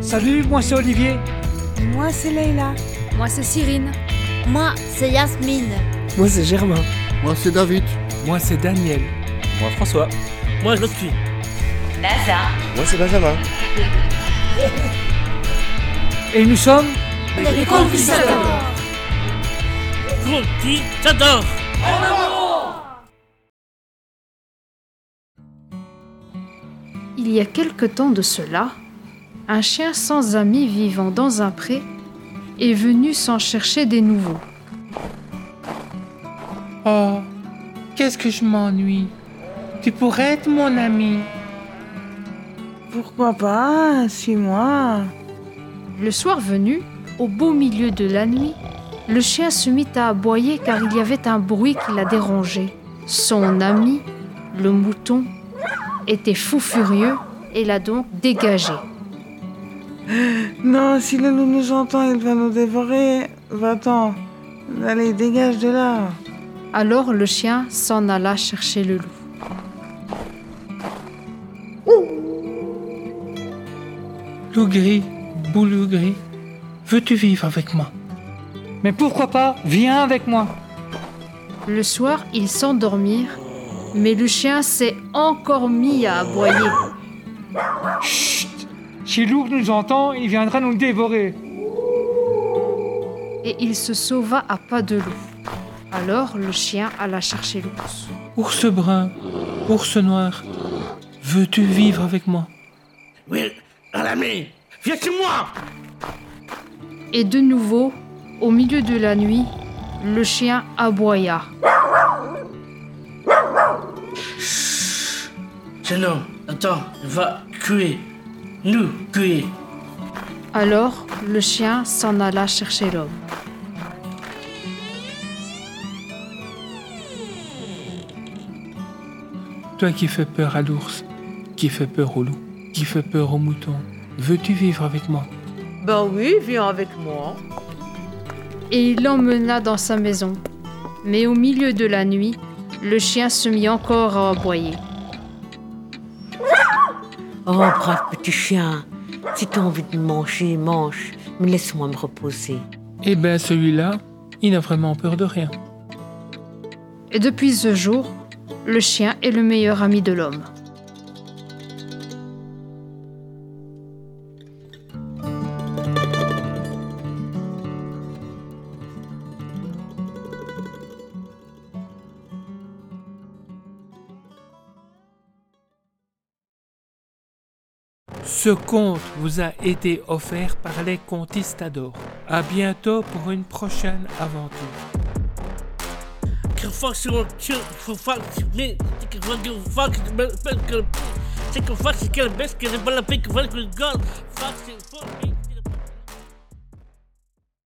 Salut, moi c'est Olivier. Moi, c'est Leïla. Moi, c'est Cyrine. Moi, c'est Yasmine. Moi, c'est Germain. Moi, c'est David. Moi, c'est Daniel. Moi, François. Moi, je me suis. NASA. Moi, c'est Benjamin. Et nous sommes. Les, les confisateurs. Confisateurs. Il y a quelque temps de cela, un chien sans ami vivant dans un pré est venu s'en chercher des nouveaux. Oh, qu'est-ce que je m'ennuie. Tu pourrais être mon ami. Pourquoi pas, suis-moi. Le soir venu, au beau milieu de la nuit, le chien se mit à aboyer car il y avait un bruit qui la dérangeait. Son ami, le mouton, était fou furieux et l'a donc dégagé. Non, si le loup nous entend, il va nous dévorer. Va-t'en. Allez, dégage de là. Alors le chien s'en alla chercher le loup. Loup gris, boule gris, veux-tu vivre avec moi Mais pourquoi pas Viens avec moi. Le soir, ils s'endormirent, mais le chien s'est encore mis à aboyer. Chut si Loup nous entend, il viendra nous dévorer. Et il se sauva à pas de loup. Alors le chien alla chercher l'ours. Ours brun, ours noir, veux-tu vivre avec moi Oui, un ami, viens chez moi Et de nouveau, au milieu de la nuit, le chien aboya. Chut Sinon, attends, va cuire nous cuire. Alors, le chien s'en alla chercher l'homme. Toi qui fais peur à l'ours, qui fais peur au loup, qui fais peur au mouton, veux-tu vivre avec moi Ben oui, viens avec moi. Et il l'emmena dans sa maison. Mais au milieu de la nuit, le chien se mit encore à aboyer. Oh, brave petit chien, si t'as envie de manger, mange, mais laisse-moi me reposer. Eh ben, celui-là, il n'a vraiment peur de rien. Et depuis ce jour, le chien est le meilleur ami de l'homme. Ce conte vous a été offert par les Contistadors. À bientôt pour une prochaine aventure.